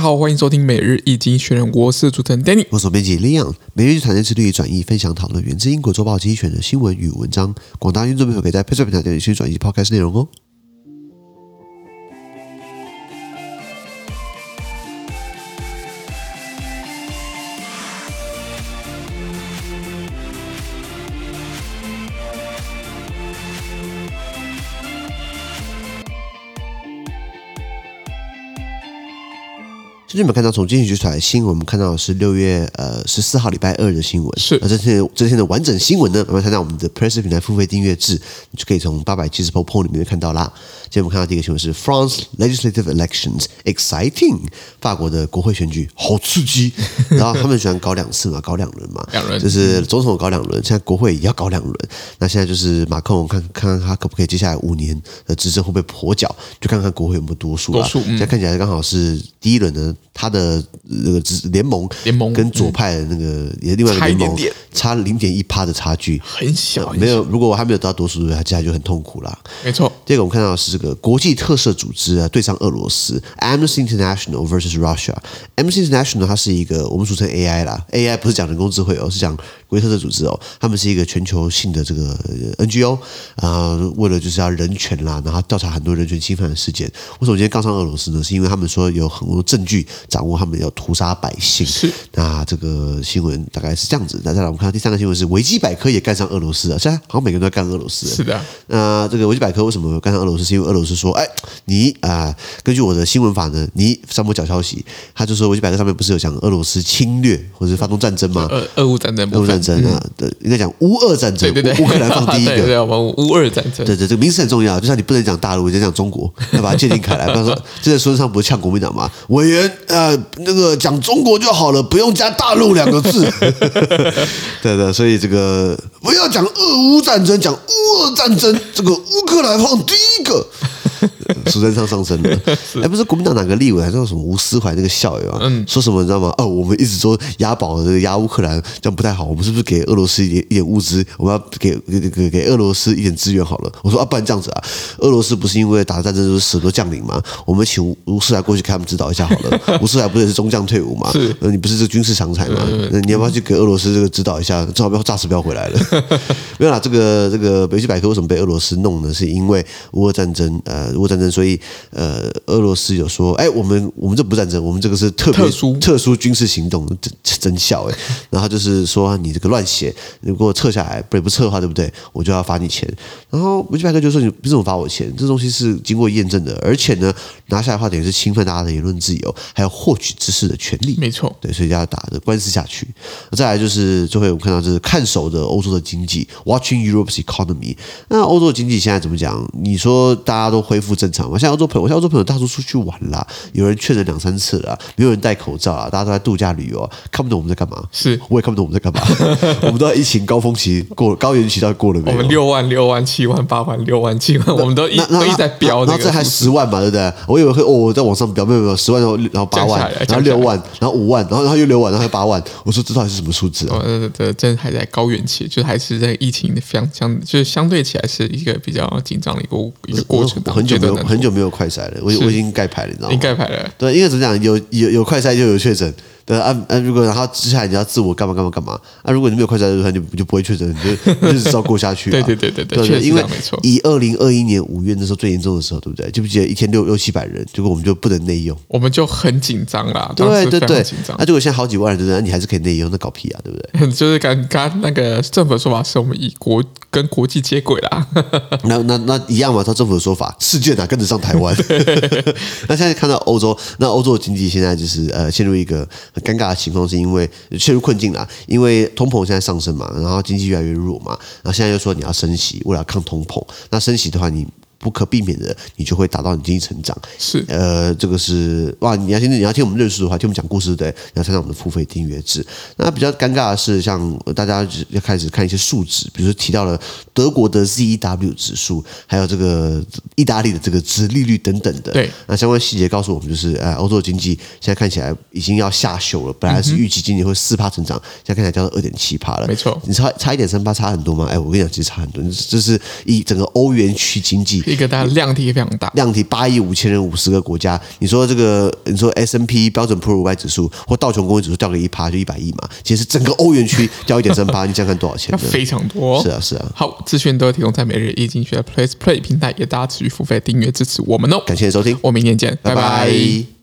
好，欢迎收听每日易经选人，我是主持人 Danny。我是编辑 Leon，每日产业致力于转译、分享、讨论源自英国周报精选的新闻与文章。广大听众朋友可以在配置平台点击转译 Podcast 内容哦。最近我们看到从经济局出来的新闻，我们看到的是六月呃十四号礼拜二的新闻。是那这天这天的完整新闻呢，我们参加我们的 Press 平台付费订阅制，你就可以从八百七十 p o p o 里面看到啦。今天我们看到第一个新闻是 France legislative elections exciting，法国的国会选举好 刺激。然后他们喜欢搞两次嘛，搞两轮嘛，两轮就是总统搞两轮，现在国会也要搞两轮。那现在就是马克龙看看看他可不可以接下来五年的执政会不会跛脚，就看看国会有没有多数啦。多数嗯啊现在看起来刚好是第一轮呢，他的那个执联盟联盟嗯跟左派的那个也另外一个差一联点盟点哦差零点一趴的差距，很小，很小哦没有如果他没有得到多数，他接下来就很痛苦啦。没错，第二个我们看到的是这个国际特赦组织啊对上俄罗斯 Amnesty International versus Russia。Amnesty International 它是一个我们俗称 AI 啦，AI 不是讲人工智慧哦，是讲国际特赦组织哦，他们是一个全球性的这个呃 NGO 啊、为了就是要人权啦，然后调查很多人权侵犯的事件。为什么今天杠上俄罗斯呢？是因为他们说有很多证据掌握他们要屠杀百姓。是那这个新闻大概是这样子。那再来我们看到第三个新闻是维基百科也干上俄罗斯了，现在好像每个人都在干俄罗斯了。是的，那这个维基百科为什么干上俄罗斯？是因为俄罗斯说，哎，你啊、根据我的新闻法呢，你散播假消息，他就说维基百科上面不是有讲俄罗斯侵略或者发动战争吗？俄俄乌呃战争俄部乌战分，争啊，呃对，应该讲乌俄战争，对对对，乌克兰放 第一对个。对，我们乌二战争，对对，这个名词很重要，就像你不能讲大陆，你只能讲中国， 要把它界定开来。不然说，这在孙上不是呛国民党吗？委员，呃，那个讲中国就好了，不用加大陆两个字。对对，所以这个不要讲俄乌战争，讲乌俄战争，这个乌克兰放第一个， 苏贞昌上身了。哎，不是国民党哪个立委还是什么吴思怀那个校友啊？说什么你知道吗？哦，我们一直说押宝这个押乌克兰这样不太好，我们是不是给俄罗斯一点一点物资？我们要给给给给俄罗斯一点资源好了。我说啊，不然这样子啊，俄罗斯不是因为打战争就是死很多将领嘛？我们请吴吴思怀过去给他们指导一下好了。吴思怀不是也是中将退伍嘛？是呃，你不是这个军事常才嘛？那你要不要去给俄罗斯这个指导一下？最好不要炸死不要回来了。 没有啦，这个这个维基百科为什么被俄罗斯弄呢？是因为乌俄战争，呃，乌俄战争，所以呃，俄罗斯有说，哎，我们我们这不是战争，我们这个是特别特殊特殊军事行动，真真笑哎、然后就是说你这个乱写，如果撤下来，不不撤的话，对不对？我就要罚你钱。然后维基百科就说你凭什么罚我钱？这东西是经过验证的，而且呢，拿下来的话等于是侵犯大家的言论自由，还有获取知识的权利。没错，对，所以要打的官司下去。再来就是最后我们看到就是看守着欧洲的经济，watching Europe's economy。那欧洲的经济现在怎么讲？你说大家都恢复正常吗？现在欧洲朋友，我现在欧洲朋友大多出去玩啦，有人确诊两三次啦，没有人戴口罩啊，大家都在度假旅游啊，看不懂我们在干嘛。是我也看不懂我们在干嘛。 我们都在疫情高峰期过，高原期到底过了没我有？们六万、六万、七万、八万、六万、七万，我们都一那那都一直在飙那这那这还个数字，十万嘛，对不对？我以为会哦，我在往上飙，没有没有，十万然后然后八万降下来，然后降下来六万，然后五万，然后然后又六万，然后又八万，我说这到底是什么数字啊？我们的真的还在高原期，就还是在疫情的非常相，就是相对起来是一个比较紧张的一个一个过程我当中，很久阶没有段当中很久没有快筛了，我我已经盖牌了，你知道吗应？该排了。对，因为怎么讲，有有有快筛就有确诊。对啊啊！如果然后接下来你要自我干嘛干嘛干嘛啊？如果你没有快筛的话，你就你就不会确诊，你就你就只知道过下去、啊。 对对对对对确实因为这样没错以二零二一年五月那时候最严重的时候，对不对？记不记得一天六六七百人，结果我们就不能内用。我们就很紧张啦，当对时非对常对紧，张那、，结果现在好几万人，对不对？你还是可以内用，那搞屁啊，对不 对？就是刚刚那个政府的说法是我们以国跟国际接轨啦， 那那那一样嘛，照政府的说法，世界哪跟得上台 湾？那现在看到欧洲，那欧洲的经济现在就是呃陷入一个很尴尬的情况，是因为陷入困境啦，因为通膨现在上升嘛，然后经济越来越弱嘛，然后现在又说你要升息，为了要抗通膨，那升息的话你。不可避免的，你就会达到你经济成长。是呃，这个是哇，你要听你要听我们论述的话，听我们讲故事对，你要参加我们的付费订阅制。那比较尴尬的是，像呃大家要开始看一些数值，比如说提到了德国的 ZEW 指数，还有这个意大利的这个殖利率等等的。对那相关细节告诉我们，就是呃，欧洲经济现在看起来已经要下修了，本来是预期今年会四趴成长，现在看起来掉到二点七趴了。没错你差差一点三八差很多吗？哎，我跟你讲，其实差很多，这是以整个欧元区经济一个大家量体非常大，量体八亿五千人，五十个国家。你说这个，你说 S M P 标准普尔五百指数或道琼工业指数掉个一趴，就一百亿嘛。其实整个欧元区掉一点三趴，你想想看多少钱 那呢？非常多、是啊，是啊。好，资讯都提供在每日易经学的 Place Play 平台，也大家持续付费订阅支持我们哦。感谢收听，我们明天见，拜拜拜